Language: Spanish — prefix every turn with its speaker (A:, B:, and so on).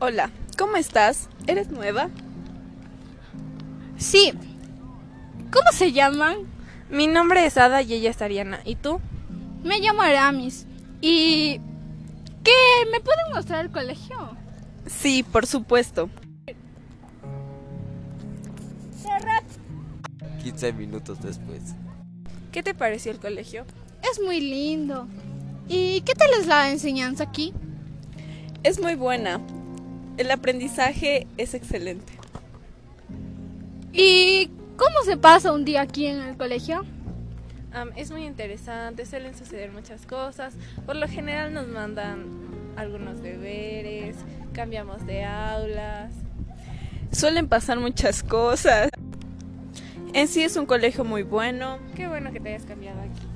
A: Hola, ¿cómo estás? ¿Eres nueva?
B: Sí. ¿Cómo se llaman?
A: Mi nombre es Ada y ella es Ariana. ¿Y tú?
B: Me llamo Aramis. ¿Y qué me pueden mostrar el colegio?
A: Sí, por supuesto.
C: 15 minutos después.
A: ¿Qué te pareció el colegio?
B: Es muy lindo. ¿Y qué tal es la enseñanza aquí?
A: Es muy buena. El aprendizaje es excelente.
B: ¿Y cómo se pasa un día aquí en el colegio?
D: Am, es muy interesante, suelen suceder muchas cosas. Por lo general nos mandan algunos deberes, cambiamos de aulas.
A: Suelen pasar muchas cosas. En sí es un colegio muy bueno.
D: Qué bueno que te hayas cambiado aquí.